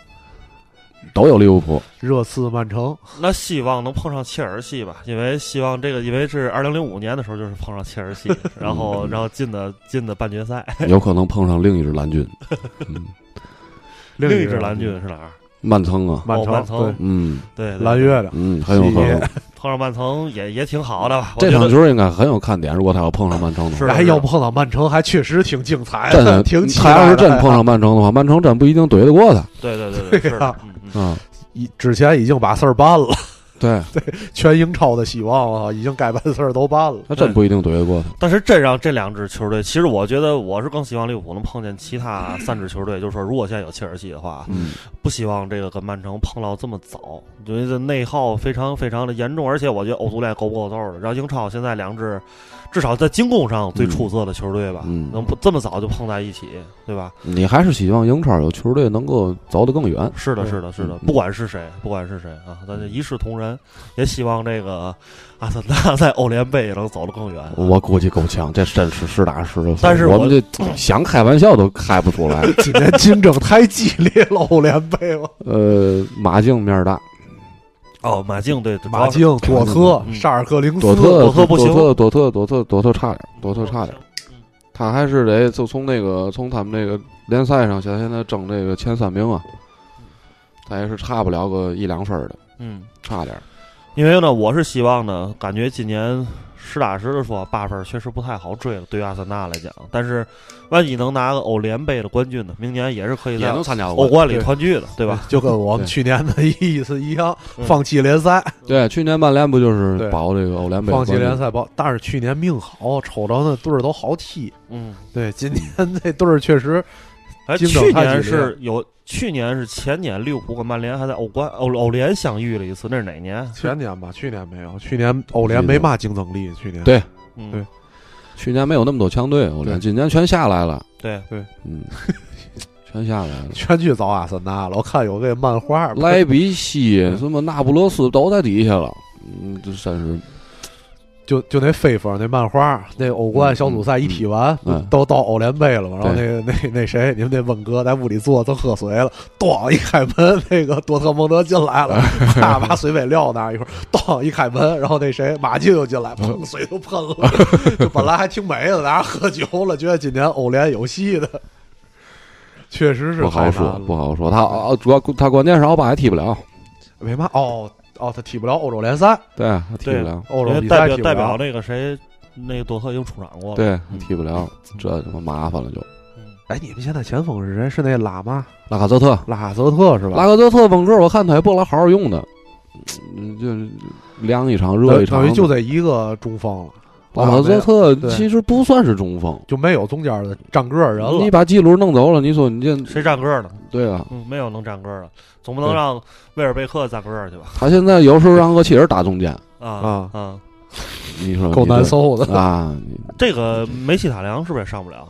Speaker 3: 都有利物浦。
Speaker 2: 热刺、曼城，
Speaker 1: 那希望能碰上切尔西吧，因为希望这个，因为是二零零五年的时候就是碰上切尔 西，然后然后进的进的半决赛，
Speaker 3: 有可能碰上另一支蓝军，嗯，
Speaker 2: 另
Speaker 1: 另一
Speaker 2: 支
Speaker 1: 支蓝军，是哪儿？
Speaker 3: 曼城啊，
Speaker 2: 曼
Speaker 1: 哦曼城
Speaker 2: 城
Speaker 3: 嗯
Speaker 1: 对，
Speaker 2: 对
Speaker 1: 对
Speaker 2: 蓝
Speaker 1: 对
Speaker 2: 月亮。
Speaker 3: 嗯，很有可能。
Speaker 1: 碰上曼城也也挺好的吧？我
Speaker 3: 这
Speaker 1: 觉
Speaker 3: 场
Speaker 1: 得
Speaker 3: 球应该很有看点，如果他要碰上曼城的话
Speaker 1: 是。
Speaker 2: 哎，要碰到曼城还确实挺精彩
Speaker 3: 真
Speaker 2: 的，
Speaker 3: 的
Speaker 2: 挺，期
Speaker 3: 他要
Speaker 2: 待
Speaker 3: 是
Speaker 2: 的。
Speaker 3: 真碰上曼城的话，曼城真不一定怼得过他。
Speaker 1: 对对对对，
Speaker 2: 对
Speaker 1: 是
Speaker 2: 啊
Speaker 1: 的，嗯嗯
Speaker 3: 嗯，
Speaker 2: 一哎之前已经把事儿办了，
Speaker 3: 对
Speaker 2: 全英超的希望啊，已经该办的事儿都办了。
Speaker 3: 他真不一定怼得过他。
Speaker 1: 但是真让这两支球队，其实我觉得我是更希望利物浦能碰见其他三支球队，就是说，如果现在有切尔西的话，
Speaker 3: 嗯，
Speaker 1: 不希望这个跟曼城碰到这么早，因为这内耗非常非常的严重，而且我觉得欧足联够不够揍的。然后英超现在两支，至少在进攻上最出色的球队吧，
Speaker 3: 嗯
Speaker 1: 能不这么早就碰在一起，对吧？
Speaker 3: 你还是希望英超有球队能够走得更远。
Speaker 1: 是的，
Speaker 2: 对
Speaker 1: 是的，是的，
Speaker 3: 嗯
Speaker 1: 不管是谁，不管是谁啊，咱就一视同仁，也希望这个阿森纳在欧联杯也能走得更远。啊
Speaker 3: 我估计够呛，这真是实打实的。
Speaker 1: 但是我
Speaker 3: 我们这想开玩笑都开不出来。
Speaker 2: 今年竞争太激烈了，欧联杯 了，
Speaker 3: 呃，马竞面儿大，
Speaker 1: 哦，马竞对主要
Speaker 2: 马竞、多特、
Speaker 1: 嗯
Speaker 2: 沙尔克零四、
Speaker 3: 多特
Speaker 1: 多特不行
Speaker 3: 多特多特多特多特差点儿，多特差点儿。
Speaker 1: 嗯
Speaker 3: 他还是得就从那个从他们那个联赛上，现在现在争这个前三名啊，他也是差不了个一两分儿的，
Speaker 1: 嗯，
Speaker 3: 差点儿。
Speaker 1: 因为呢，我是希望呢，感觉今年实打实的说，八分确实不太好追了，对于阿森纳来讲。但是，万一能拿个欧联杯的冠军呢，明年也是可以
Speaker 3: 也
Speaker 1: 在
Speaker 3: 能参加
Speaker 1: 欧
Speaker 3: 欧
Speaker 1: 冠里
Speaker 2: 对
Speaker 1: 团聚的，对吧？？
Speaker 2: 就跟我们去年的意思一样，
Speaker 1: 嗯
Speaker 2: 放弃联赛，
Speaker 3: 对，去年曼联不就是
Speaker 2: 对
Speaker 3: 保这个欧联杯
Speaker 2: 放
Speaker 3: 冠
Speaker 2: 弃
Speaker 3: 军？
Speaker 2: 联赛包。但是去年命好，瞅着那队儿都好踢。
Speaker 1: 嗯，
Speaker 2: 对，今年这队儿确实
Speaker 1: 哎，
Speaker 2: 竞争
Speaker 1: 去
Speaker 2: 太
Speaker 1: 年
Speaker 2: 激烈
Speaker 1: 是有，去年是前年利物浦跟曼联还在欧冠欧欧联相遇了一次，那是哪年？
Speaker 2: 前年吧，去年没有，去年欧联没嘛竞争力，去年
Speaker 3: 对
Speaker 1: 嗯，
Speaker 2: 对
Speaker 3: 去年没有那么多强队，欧联
Speaker 2: 对
Speaker 3: 今年全下来了，
Speaker 1: 对，
Speaker 3: 嗯，全下来了。
Speaker 2: 全去找阿森纳了。我看有个漫画，
Speaker 3: 莱比锡、什么那不勒斯都在底下了，嗯，这真是
Speaker 2: 就就那飞粉那漫画，那欧冠小组赛一踢完，
Speaker 3: 嗯嗯嗯
Speaker 2: 都到欧联杯了嘛。然后那个那那谁，你们那温哥在屋里坐正喝水了，咣一开门，那个多特蒙德进来 了，啪把水杯撂那儿一会儿，咣一开门，然后那谁马竞又进来，
Speaker 3: 嗯
Speaker 2: 砰水都喷了。 就本来还挺美的，在那儿喝酒了，觉得今年欧联有戏的，确实是
Speaker 3: 不好
Speaker 2: 太难
Speaker 3: 说
Speaker 2: 了，
Speaker 3: 不好说。他啊，主要他关键是奥巴还踢不了，
Speaker 2: 没嘛哦。哦，他踢不了欧洲联赛，
Speaker 3: 对他踢不了，
Speaker 2: 欧
Speaker 1: 因
Speaker 2: 洲
Speaker 1: 为
Speaker 2: 比
Speaker 1: 代
Speaker 2: 赛
Speaker 1: 表
Speaker 2: 踢不
Speaker 1: 代表
Speaker 2: 了。
Speaker 1: 那个谁，那个多特已经出场过了。，
Speaker 3: 对他踢不
Speaker 2: 嗯
Speaker 3: 了，这他妈麻烦了就。
Speaker 1: 嗯，
Speaker 2: 哎，你们现在前锋是谁？是那拉嘛
Speaker 3: 拉卡泽特，
Speaker 2: 拉泽特是吧？
Speaker 3: 拉卡泽特本个儿我看他也不老好好用的，嗯，就凉一场热
Speaker 2: 等
Speaker 3: 一场
Speaker 2: 等于
Speaker 3: 的。
Speaker 2: 就这一个中锋了，
Speaker 3: 拉卡泽特
Speaker 2: 对
Speaker 3: 其实不算是中锋，
Speaker 2: 就没有中间的站个儿人
Speaker 3: 你
Speaker 2: 了。
Speaker 3: 把基鲁弄走了，你说你这
Speaker 1: 谁占个儿呢？
Speaker 3: 对啊？
Speaker 1: 嗯，没有能占个儿的，总不能
Speaker 3: 对
Speaker 1: 让威尔贝克占个儿去吧？
Speaker 3: 他现在有时候让厄齐尔打中间，
Speaker 1: 啊
Speaker 2: 啊
Speaker 1: 啊！
Speaker 3: 你说
Speaker 2: 够
Speaker 3: 哦你这
Speaker 2: 难受的，
Speaker 3: 啊！你
Speaker 1: 这个梅西塔良是不是也上不了？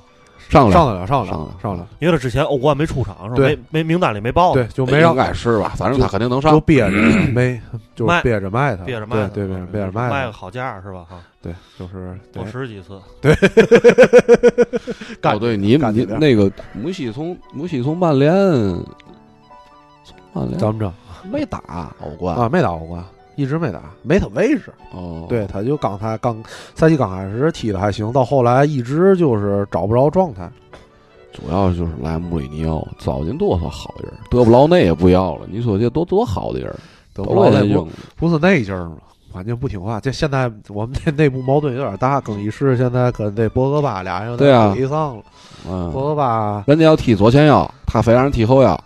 Speaker 3: 上来
Speaker 2: 上得了，上得
Speaker 3: 上
Speaker 2: 了
Speaker 3: 了，哦
Speaker 2: 上得了，
Speaker 1: 因为他之前欧冠没出场是吧？
Speaker 2: 对
Speaker 1: 没没名单里没报，
Speaker 2: 对，，就没让
Speaker 3: 哎应该是吧，反正他肯定能上嗯
Speaker 2: 就。憋着没，就是憋着卖他，
Speaker 1: 憋着卖呢，
Speaker 2: 对对，憋着着
Speaker 1: 嗯卖
Speaker 2: 卖
Speaker 1: 个
Speaker 2: 他，
Speaker 1: 好价是吧？哈，
Speaker 2: 对，就是对
Speaker 1: 多十几次，
Speaker 2: 干
Speaker 3: 哦，对你
Speaker 2: 干
Speaker 3: 你
Speaker 2: 点
Speaker 3: 那个姆西从姆西从曼联，曼联
Speaker 2: 怎么着
Speaker 3: 没打欧冠
Speaker 2: 啊？没打欧冠，一直没打，没他位置。
Speaker 3: 哦，
Speaker 2: 对，他就刚才刚赛季刚开始踢的还行，到后来一直就是找不着状态。
Speaker 3: 主要就是来穆里尼奥糟践多少好人儿，德布劳内也不要了，你说这多多好的人儿，
Speaker 2: 德布
Speaker 3: 都
Speaker 2: 劳
Speaker 3: 给他
Speaker 2: 内不
Speaker 3: 用了，
Speaker 2: 不是那劲儿吗？关键不听话。这现在我们这内部矛盾有点大，更衣室现在跟这博格巴俩人有
Speaker 3: 对啊
Speaker 2: 点对上了。博
Speaker 3: 嗯，
Speaker 2: 格巴
Speaker 3: 人家要踢左前腰，他非让人踢后腰，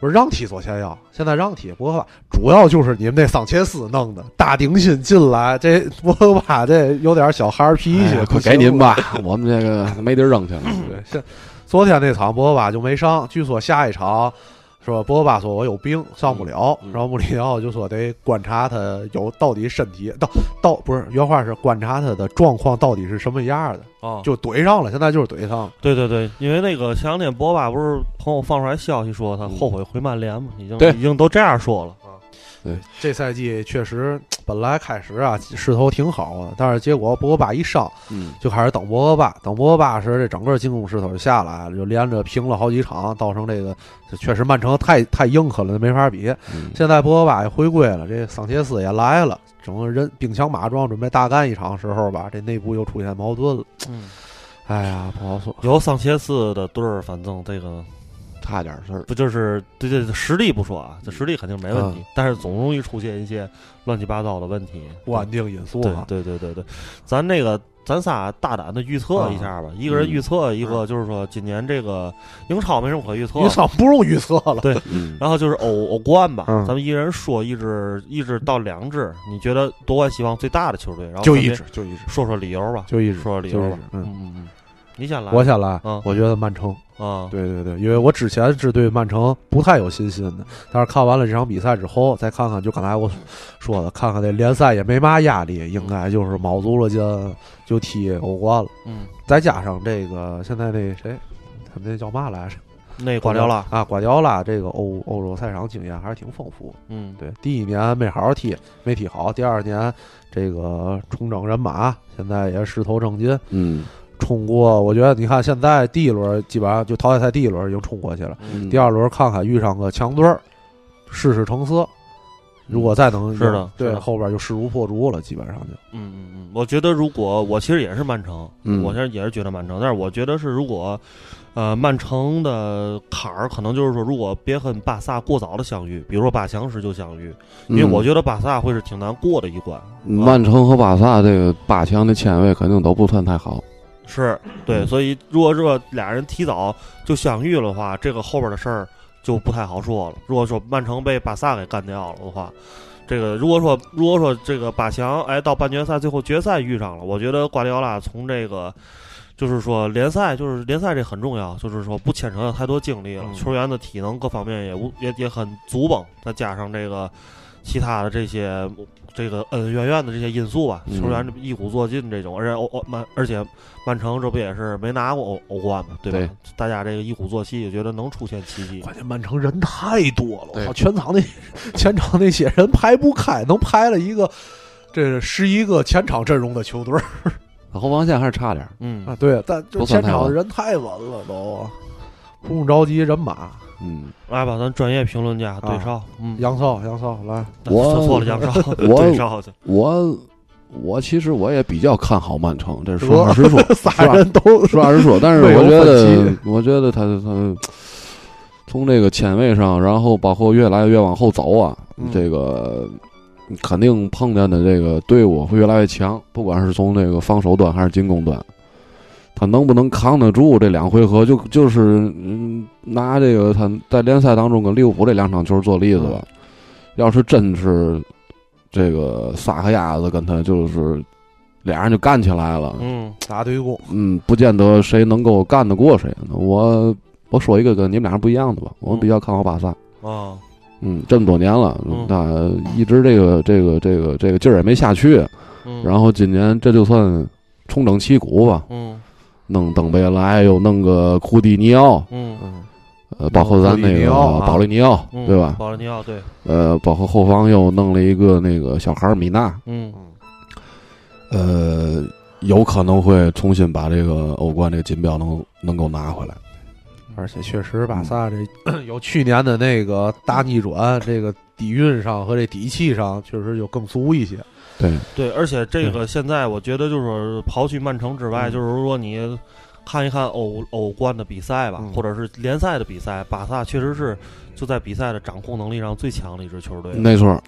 Speaker 2: 不是让踢左前腰，现在让踢博格巴，主要就是你们那桑切斯弄的。大顶薪进来，这博格巴这有点小孩儿脾
Speaker 3: 哎
Speaker 2: 气
Speaker 3: 呀，
Speaker 2: 不
Speaker 3: 快
Speaker 2: 行
Speaker 3: 给您
Speaker 2: 了。
Speaker 3: 吧，我们这个没地儿扔去了。
Speaker 2: 对，现昨天那场博格巴就没上，据说下一场说博格巴说我有病上不了，
Speaker 3: 嗯嗯
Speaker 2: 然后穆里尼奥就说得观察他有到底身体到到不是原话是观察他的状况到底是什么样的，
Speaker 3: 嗯
Speaker 1: 哦，
Speaker 2: 就怼上了，现在就是怼上了。
Speaker 1: 对对对，因为那个前两天博巴不是朋友放出来消息说他
Speaker 3: 嗯
Speaker 1: 后悔回曼联嘛，已经
Speaker 3: 对
Speaker 1: 已经都这样说了啊，
Speaker 2: 这赛季确实本来开始啊势头挺好的，但是结果博格巴一伤
Speaker 3: 嗯，
Speaker 2: 就开始等博格巴，等博格巴时这整个进攻势头就下来了，就连着平了好几场，造成这个确实曼城太太硬核了，没法比。
Speaker 3: 嗯
Speaker 2: 现在博格巴也回归了，这桑切斯也来了，整个人兵强马壮，准备大干一场时候吧，这内部又出现矛盾了。
Speaker 1: 嗯，
Speaker 2: 哎呀，不好说。
Speaker 1: 有桑切斯的队儿，反正这个
Speaker 3: 差点事儿，
Speaker 1: 不就是对对实力不说啊，这实力肯定没问
Speaker 2: 嗯
Speaker 1: 题，但是总容易出现一些乱七八糟的问题，
Speaker 2: 不安定因素
Speaker 1: 对
Speaker 2: 啊，
Speaker 1: 对对对对，咱那个咱仨大胆的预
Speaker 2: 啊
Speaker 1: 测一下吧，一个
Speaker 2: 嗯
Speaker 1: 人预测一个，就是说今年这个英超没什么可预测
Speaker 2: 预，测不用预测了。
Speaker 3: 嗯，
Speaker 1: 然后就是欧欧冠吧，
Speaker 2: 嗯
Speaker 1: 咱们一人说一支一支到两支，你觉得夺冠希望最大的球队，然后
Speaker 2: 就
Speaker 1: 分
Speaker 2: 一
Speaker 1: 别
Speaker 2: 支，就一支，
Speaker 1: 说说理由吧，
Speaker 2: 就一支，
Speaker 1: 说说理
Speaker 2: 就
Speaker 1: 由
Speaker 2: 一
Speaker 1: 吧
Speaker 2: 支，。嗯，
Speaker 3: 嗯嗯
Speaker 1: 你先来，
Speaker 2: 我先来
Speaker 1: 嗯，
Speaker 2: 我觉得曼城，
Speaker 1: 啊，
Speaker 2: 对对对，因为我之前是对曼城不太有信心的，但是看完了这场比赛之后，再看看就刚才我说的，看看这联赛也没嘛压力，应该就是卯足了劲就踢欧冠了，
Speaker 1: 嗯，
Speaker 2: 再加上这个现在那谁，他们那叫嘛来着？
Speaker 1: 那 瓜迪奥拉，
Speaker 2: 啊，瓜迪奥拉这个欧欧洲赛场经验还是挺丰富的。
Speaker 1: 嗯，
Speaker 2: 对，第一年没好好踢，没踢好；第二年这个重整人马，现在也势头正劲，
Speaker 3: 嗯
Speaker 2: 冲过。我觉得你看现在第一轮基本上就淘汰赛第一轮已经冲过去了，
Speaker 3: 嗯，
Speaker 2: 嗯第二轮看看遇上个强队儿，试试成色。如果再能
Speaker 1: 是的
Speaker 2: 对
Speaker 1: 是的
Speaker 2: 后边就势如破竹了，基本上就
Speaker 1: 嗯嗯嗯，我觉得如果我其实也是曼城，
Speaker 3: 嗯
Speaker 1: 我现在也是觉得曼城，但是我觉得是如果，呃，曼城的坎儿可能就是说，如果别和巴萨过早的相遇，比如说八强时就相遇，因为我
Speaker 3: 觉
Speaker 1: 觉得巴萨会是挺难过的一关。
Speaker 3: 嗯曼城和巴萨这个八强的签位肯定都不算太好。
Speaker 1: 是对，
Speaker 3: 嗯
Speaker 1: 所以如果说俩人提早就相遇了的话，这个后边的事儿就不太好说了。如果说曼城被巴萨给干掉了的话，这个如果说如果说这个八强哎到半决赛最后决赛遇上了，我觉得瓜迪奥拉从这个就是说联赛就是联赛这很重要，就是说不牵扯到太多精力了，
Speaker 2: 嗯
Speaker 1: 球员的体能各方面也无也也很足崩，再加上这个其他的这些这个恩恩怨怨的这些因素吧，
Speaker 3: 嗯
Speaker 1: 球员这一鼓作劲这种，而且欧欧曼而且曼城这不也是没拿过欧欧冠嘛，对吧？
Speaker 3: 对
Speaker 1: 大家这个一鼓作气，觉得能出现奇迹。
Speaker 2: 关键曼城人太多了，我
Speaker 3: 对
Speaker 2: 操！全场那 全场那些人排不开，能排了一个这十一个前场阵容的球队儿
Speaker 3: 后防线还是差点儿，
Speaker 1: 嗯，
Speaker 2: 啊！对，但就
Speaker 3: 不
Speaker 2: 前
Speaker 3: 算太
Speaker 2: 场
Speaker 3: 稳
Speaker 2: 人太稳了都，不用着急人马。
Speaker 3: 嗯，
Speaker 1: 来吧，咱专业评论家对少，嗯，
Speaker 2: 杨少，杨少来，
Speaker 3: 我
Speaker 1: 说错了杨少，
Speaker 3: 我
Speaker 1: 对少去，
Speaker 3: 我我其实我也比较看好曼城，这实话实说，是
Speaker 2: 仨
Speaker 3: 吧
Speaker 2: 人都
Speaker 3: 实话实 说，但是
Speaker 2: 未有
Speaker 3: 我觉
Speaker 2: 反
Speaker 3: 得，我觉得他他从这个签位上，然后包括越来越往后走啊，
Speaker 2: 嗯
Speaker 3: 这个肯定碰见的这个队伍会越来越强，不管是从这个防守端还是进攻端，他能不能扛得住这两回合，就就是嗯，拿这个他在联赛当中跟利物浦这两场球做例子吧。要是真是这个撒个丫子跟他就是俩人就干起来了，
Speaker 1: 嗯，
Speaker 2: 打对攻，
Speaker 3: 嗯，不见得谁能够干得过谁呢。我我说一个跟你们俩不一样的吧，我
Speaker 1: 嗯
Speaker 3: 比较看好巴萨。
Speaker 1: 啊，
Speaker 3: 嗯，这么多年了
Speaker 1: 嗯，
Speaker 3: 那一直这个这个这个这个劲儿也没下去。
Speaker 1: 嗯，
Speaker 3: 然后今年这就算重整旗鼓吧，
Speaker 1: 嗯
Speaker 3: 弄登贝莱，又弄个库蒂尼奥，
Speaker 1: 嗯
Speaker 2: 嗯，
Speaker 3: 呃，包括咱那
Speaker 2: 库蒂尼
Speaker 3: 个
Speaker 2: 奥啊
Speaker 3: 保利尼奥，
Speaker 1: 嗯，
Speaker 3: 对吧？
Speaker 1: 保利尼奥，对，
Speaker 3: 呃，包括后防又弄了一个那个小孩儿米娜，
Speaker 1: 嗯
Speaker 3: 呃，有可能会重新把这个欧冠这个锦标能能够拿回来。
Speaker 2: 而且确实
Speaker 3: 嗯
Speaker 2: 巴萨这 有去年的那个大逆转，这个底蕴上和这底气上确实就更足一些。
Speaker 3: 对，
Speaker 1: 对，而且这个现在我觉得就是说刨去曼城之外，
Speaker 2: 嗯
Speaker 1: 就是说你看一看欧欧冠的比赛吧，
Speaker 2: 嗯
Speaker 1: 或者是联赛的比赛，巴萨确实是就在比赛的掌控能力上最强的一支球队，
Speaker 3: 没错儿，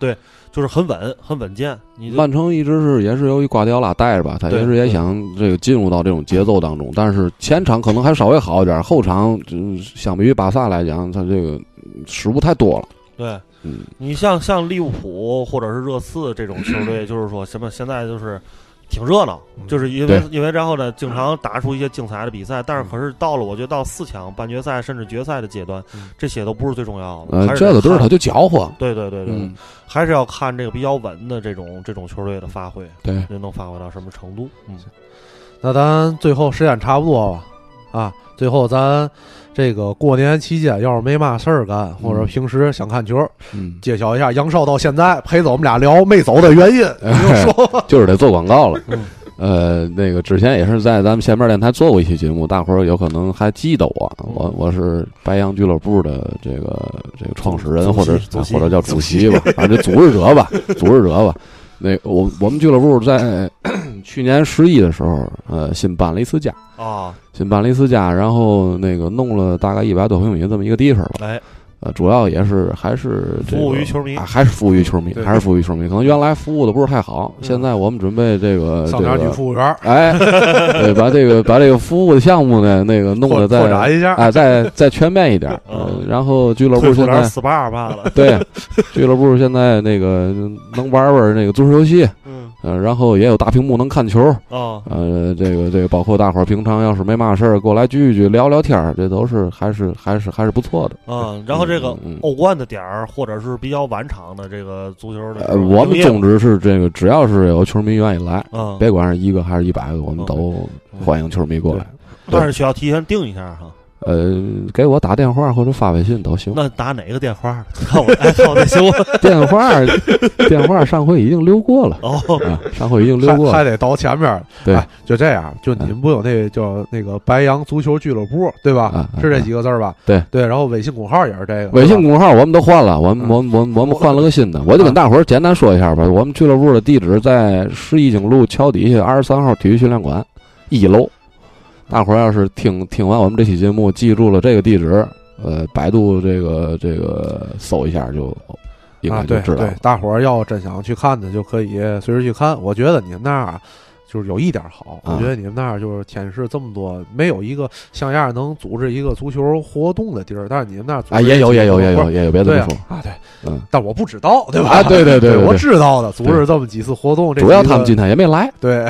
Speaker 1: 就是很稳、很稳健。你就
Speaker 3: 曼城一直是也是由于瓜迪奥拉带着吧，他
Speaker 1: 对
Speaker 3: 也是也
Speaker 1: 对
Speaker 3: 想这个进入到这种节奏当中，但是前场可能还稍微好一点，后场嗯相比于巴萨来讲，他这个失误太多了。
Speaker 1: 对
Speaker 3: 嗯，
Speaker 1: 你像像利物浦或者是热刺这种球 队，就是说什么现在就是挺热闹，就是因为
Speaker 3: 嗯对嗯
Speaker 1: 因为然后呢，经常打出一些精彩的比赛，但是可是到了我觉得到四强、半决赛甚至决赛的阶段
Speaker 2: 嗯，
Speaker 1: 这些都不是最重要的，
Speaker 3: 呃
Speaker 1: 还，是
Speaker 3: 这个队儿
Speaker 1: 看
Speaker 3: 他就搅和。
Speaker 1: 对对对对，
Speaker 3: 嗯，
Speaker 1: 还是要看这个比较稳的这种这种球队的发挥，
Speaker 3: 对，
Speaker 1: 人能发挥到什么程度？嗯
Speaker 2: 那咱最后时间差不多吧，啊，最后咱这个过年期间要是没嘛事儿干，或者平时想看球，
Speaker 3: 嗯，
Speaker 2: 揭晓一下杨少到现在陪着我们俩聊没走的 原因，你就说吧。
Speaker 3: 就是得做广告了。
Speaker 1: 嗯
Speaker 3: 呃，那个之前也是在咱们前面电台做过一期节目，大伙儿有可能还记得我，
Speaker 1: 嗯
Speaker 3: 我我是白羊俱乐部的这个这个创始人，
Speaker 1: 主
Speaker 3: 或者
Speaker 1: 席主
Speaker 3: 啊
Speaker 1: 席
Speaker 3: 或者叫主席吧，反正就组织者 吧，组织者吧。那个我我们俱乐部在呃去年十一的时候，呃，新搬了一次家，
Speaker 1: 啊，
Speaker 3: 新搬了一次家，然后那个弄了大概一百多平米这么一个地方吧。
Speaker 1: 哎，
Speaker 3: 呃，主要也是还是、这个、
Speaker 1: 服务于球迷
Speaker 3: 啊，还是服务于球迷，
Speaker 2: 对
Speaker 3: 还是服务于球迷。可能原来服务的不是太好，
Speaker 1: 嗯
Speaker 3: 现在我们准备这个
Speaker 2: 上哪儿
Speaker 3: 呃这
Speaker 2: 女
Speaker 3: 个
Speaker 2: 服务员儿，
Speaker 3: 哎，对，把这个把这个服务的项目呢，那个弄
Speaker 2: 拓
Speaker 3: 得
Speaker 2: 拓展
Speaker 3: 再
Speaker 2: 一下。
Speaker 3: 啊，再再全面一点。
Speaker 1: 嗯
Speaker 3: 呃然后俱乐
Speaker 1: 退
Speaker 3: 部
Speaker 1: 出
Speaker 3: 现
Speaker 1: 点
Speaker 3: 在
Speaker 1: SPA 罢 了。
Speaker 3: 对俱乐部现在那个能玩玩那个足球游戏，
Speaker 1: 嗯
Speaker 3: 呃，然后也有大屏幕能看球，
Speaker 1: 啊，
Speaker 3: 呃，这个这个包括大伙儿平常要是没嘛事儿过来聚一聚聊聊天儿，这都是还是还是还是不错的。
Speaker 1: 嗯，然后这个
Speaker 3: 嗯嗯
Speaker 1: 欧冠的点儿，或者是比较晚场的这个足球的
Speaker 3: 呃，我们
Speaker 1: 营业
Speaker 3: 宗旨是这个，只要是有球迷愿意来，
Speaker 1: 嗯，
Speaker 3: 别管是一个还是一百个，我们都欢迎球迷过来。
Speaker 1: 但是需要提前定一下哈。
Speaker 3: 呃，
Speaker 1: 嗯
Speaker 3: 给我打电话或者发微信都行。
Speaker 1: 那打哪个电话呢？看我爱好那行吗？
Speaker 3: 电话， 电话上回已经溜过了，
Speaker 1: 哦，
Speaker 3: 啊，上回已经溜
Speaker 2: 还
Speaker 3: 过
Speaker 2: 还
Speaker 3: 了。
Speaker 2: 得到前面儿。
Speaker 3: 对嗯
Speaker 2: 哎就这样，就你们不有那叫那个白羊足球俱乐部，对吧
Speaker 3: 啊？
Speaker 2: 是这几个字儿吧？
Speaker 3: 对
Speaker 2: 对，然后微信公号也是这个，
Speaker 3: 微信
Speaker 2: 对吧
Speaker 3: 公号我们都换了，我们
Speaker 2: 嗯
Speaker 3: 我们我们我们换了个新的，我就跟大伙儿简单说一下吧。我们俱乐部的地址在十一井路桥底下二十三号体育训练馆一楼。大伙儿要是听听完我们这期节目，记住了这个地址，呃，百度这个这个搜一下就应
Speaker 2: 啊
Speaker 3: 该，就
Speaker 2: 对
Speaker 3: 知道
Speaker 2: 对
Speaker 3: 了。，
Speaker 2: 大伙儿要真想去看的，就可以随时去看。我觉得你们那儿啊就是有一点好，
Speaker 3: 啊
Speaker 2: 我觉得你们那儿就是天市这么多，没有一个像样能组织一个足球活动的地儿，但是你们那儿组织
Speaker 3: 啊，也有
Speaker 2: 几个
Speaker 3: 也有
Speaker 2: 俱乐
Speaker 3: 也
Speaker 2: 部
Speaker 3: 有也有，别这
Speaker 2: 对
Speaker 3: 么
Speaker 2: 啊
Speaker 3: 说，
Speaker 2: 啊，对，
Speaker 3: 嗯，
Speaker 2: 但我不知道， 对吧？
Speaker 3: 啊，对对对对
Speaker 2: 我
Speaker 3: 对，
Speaker 2: 知道的，组织这么几次活动，这
Speaker 3: 主要
Speaker 2: 几个
Speaker 3: 他们今天也没来，
Speaker 2: 对。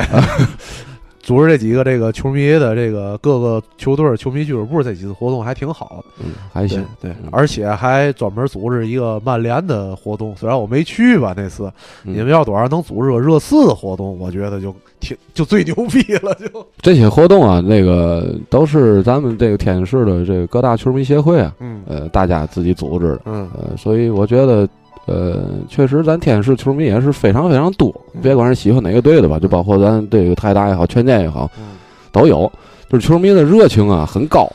Speaker 2: 组织这几个这个球迷的这个各个球队、球迷俱乐部这几次活动还挺好的，
Speaker 3: 嗯，还行
Speaker 2: 对。对
Speaker 3: 嗯，
Speaker 2: 而且还专门组织一个曼联的活动，虽然我没去吧那次，
Speaker 3: 嗯
Speaker 2: 你们要多少能组织个热刺的活动，我觉得就挺就最牛逼了，就
Speaker 3: 这些活动啊，那个都是咱们这个天津市的这个各大球迷协会啊，
Speaker 2: 嗯
Speaker 3: 呃，大家自己组织的，
Speaker 2: 嗯
Speaker 3: 呃，所以我觉得，呃，确实咱天津市球迷也是非常非常多，
Speaker 2: 嗯
Speaker 3: 别管是喜欢哪个队的吧，就包括咱这个泰达也好，权健也好，
Speaker 2: 嗯
Speaker 3: 都有，就是球迷的热情啊很高，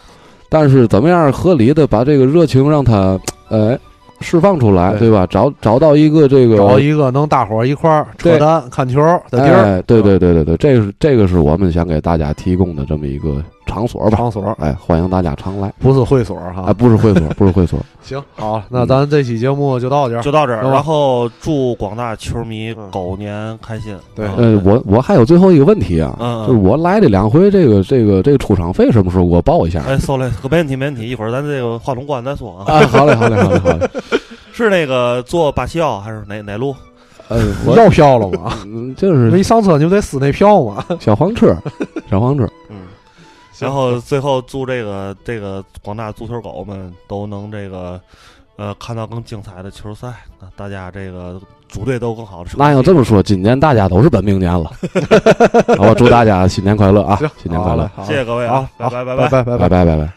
Speaker 3: 但是怎么样合理的把这个热情让它，呃，释放出来，
Speaker 2: 对
Speaker 3: 对吧？找找到一个这个
Speaker 2: 找一个能大伙儿一块儿扯
Speaker 3: 对
Speaker 2: 淡看球的地儿，
Speaker 3: 哎，对对对对对，这个是这个是我们想给大家提供的这么一个场所吧。
Speaker 2: 场所
Speaker 3: 哎，欢迎大家常来。
Speaker 2: 不是会所
Speaker 3: 啊，嗯
Speaker 2: 哈。
Speaker 3: 不是会所，不是会所，
Speaker 2: 行，好，那咱这期节目就到这儿
Speaker 1: 就，到这儿。
Speaker 2: 行吧
Speaker 1: 然后祝广大球迷
Speaker 2: 嗯
Speaker 1: 狗年开心。
Speaker 2: 对
Speaker 1: 啊
Speaker 3: 呃，我我还有最后一个问题啊，
Speaker 1: 嗯嗯
Speaker 3: 就是我来这两回，这个这个这个出场费什么时候给我报一下？
Speaker 1: 哎，搜来，没问题，没问题。一会儿咱这个话筒关再说啊。
Speaker 3: 啊，好嘞，好嘞，好嘞，好 嘞。
Speaker 1: 是那个坐八七幺还是哪哪路？
Speaker 3: 呃，我
Speaker 2: 要啊票了 吗？
Speaker 3: 嗯就是
Speaker 2: 一上车你不得撕那票吗？
Speaker 3: 小黄车，小黄车，
Speaker 1: 嗯，
Speaker 2: 行
Speaker 1: 然后最后祝这个这个广大足球狗们都能这个呃看到更精彩的球赛，啊大家这个组队都更好的成绩。
Speaker 3: 那要这么说，今年大家都是本命年 了。好，我祝大家新年快乐啊
Speaker 2: 行，，
Speaker 3: 新年
Speaker 2: 好
Speaker 3: 快乐
Speaker 2: 嘞，好嘞
Speaker 1: 谢谢各位
Speaker 2: 好
Speaker 1: 啊，拜拜拜
Speaker 2: 拜拜拜拜
Speaker 3: 拜。拜拜拜。